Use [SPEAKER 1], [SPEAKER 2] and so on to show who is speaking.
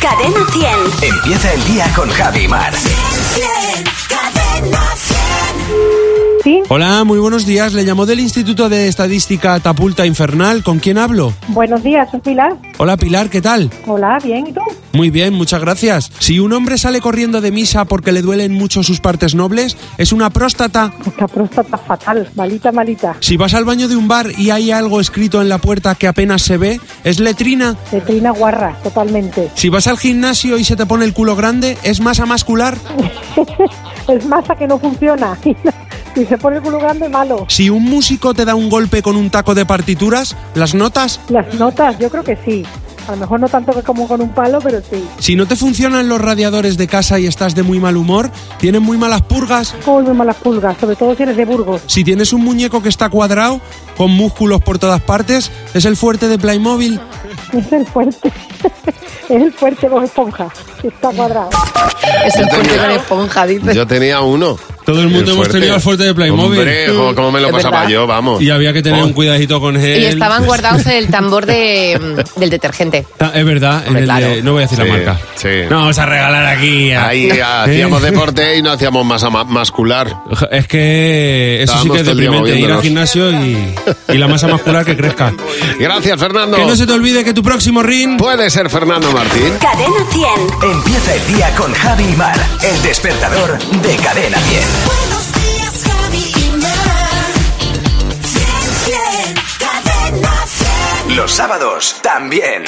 [SPEAKER 1] Cadena 100.
[SPEAKER 2] Empieza el día con Javi Mar.
[SPEAKER 1] Cadena 100.
[SPEAKER 3] Sí,
[SPEAKER 4] Hola, muy buenos días. Le llamo del Instituto de Estadística Tapulta Infernal. ¿Con quién hablo?
[SPEAKER 3] buenos días, soy Pilar.
[SPEAKER 4] Hola, Pilar, ¿qué tal?
[SPEAKER 3] Hola, bien, ¿y tú?
[SPEAKER 4] Muy bien, muchas gracias. Si un hombre sale corriendo de misa porque le duelen mucho sus partes nobles, es una próstata.
[SPEAKER 3] Esta próstata fatal, malita, malita.
[SPEAKER 4] Si vas al baño de un bar y hay algo escrito en la puerta que apenas se ve, es letrina.
[SPEAKER 3] Letrina guarra, totalmente.
[SPEAKER 4] Si vas al gimnasio y se te pone el culo grande, es masa muscular.
[SPEAKER 3] es masa que no funciona. Y se pone el culo grande, malo.
[SPEAKER 4] Si un músico te da un golpe con un taco de partituras, las notas.
[SPEAKER 3] Las notas, yo creo que sí. A lo mejor no tanto que como con un palo, pero sí.
[SPEAKER 4] Si no te funcionan los radiadores de casa y estás de muy mal humor, tienen muy malas purgas.
[SPEAKER 3] Uy, muy malas pulgas, sobre todo si eres de Burgos.
[SPEAKER 4] Si tienes un muñeco que está cuadrado, con músculos por todas partes, es el fuerte de Playmobil.
[SPEAKER 3] Es el fuerte. es el fuerte con esponja. que Está cuadrado.
[SPEAKER 5] Es el
[SPEAKER 6] Yo
[SPEAKER 5] fuerte
[SPEAKER 6] tenía-
[SPEAKER 5] con esponja, dice.
[SPEAKER 6] Yo tenía uno.
[SPEAKER 4] Todo el mundo hemos
[SPEAKER 6] fuerte.
[SPEAKER 4] tenido el fuerte de Playmobil.
[SPEAKER 6] Hombre, jo, cómo me lo
[SPEAKER 5] Mm. Es
[SPEAKER 6] pasaba
[SPEAKER 5] verdad.
[SPEAKER 6] yo, vamos.
[SPEAKER 4] Y había que tener
[SPEAKER 6] Oh,
[SPEAKER 4] un cuidadito con él.
[SPEAKER 5] Y estaban guardados en el tambor de, del detergente.
[SPEAKER 4] Ta- Es verdad, en
[SPEAKER 5] Hombre,
[SPEAKER 4] el
[SPEAKER 5] claro.
[SPEAKER 4] de- no voy a decir
[SPEAKER 6] Sí,
[SPEAKER 4] la marca.
[SPEAKER 6] sí.
[SPEAKER 4] No vamos a regalar aquí. a- ¿Eh?
[SPEAKER 6] Ahí hacíamos deporte y no hacíamos masa ma- muscular.
[SPEAKER 4] Es que eso sí
[SPEAKER 6] Estábamos
[SPEAKER 4] que es
[SPEAKER 6] todo el día
[SPEAKER 4] deprimente, ir al
[SPEAKER 6] moviéndonos.
[SPEAKER 4] gimnasio y, y la masa muscular que crezca.
[SPEAKER 6] Gracias, Fernando.
[SPEAKER 4] Que no se te olvide que tu próximo ring...
[SPEAKER 6] Puede ser Fernando Martín.
[SPEAKER 1] Cadena 100.
[SPEAKER 2] Empieza el día con Javi Mar. El despertador de Cadena 10.
[SPEAKER 1] Buenos días, Javi y Mar. Cadena 100.
[SPEAKER 2] Los sábados también.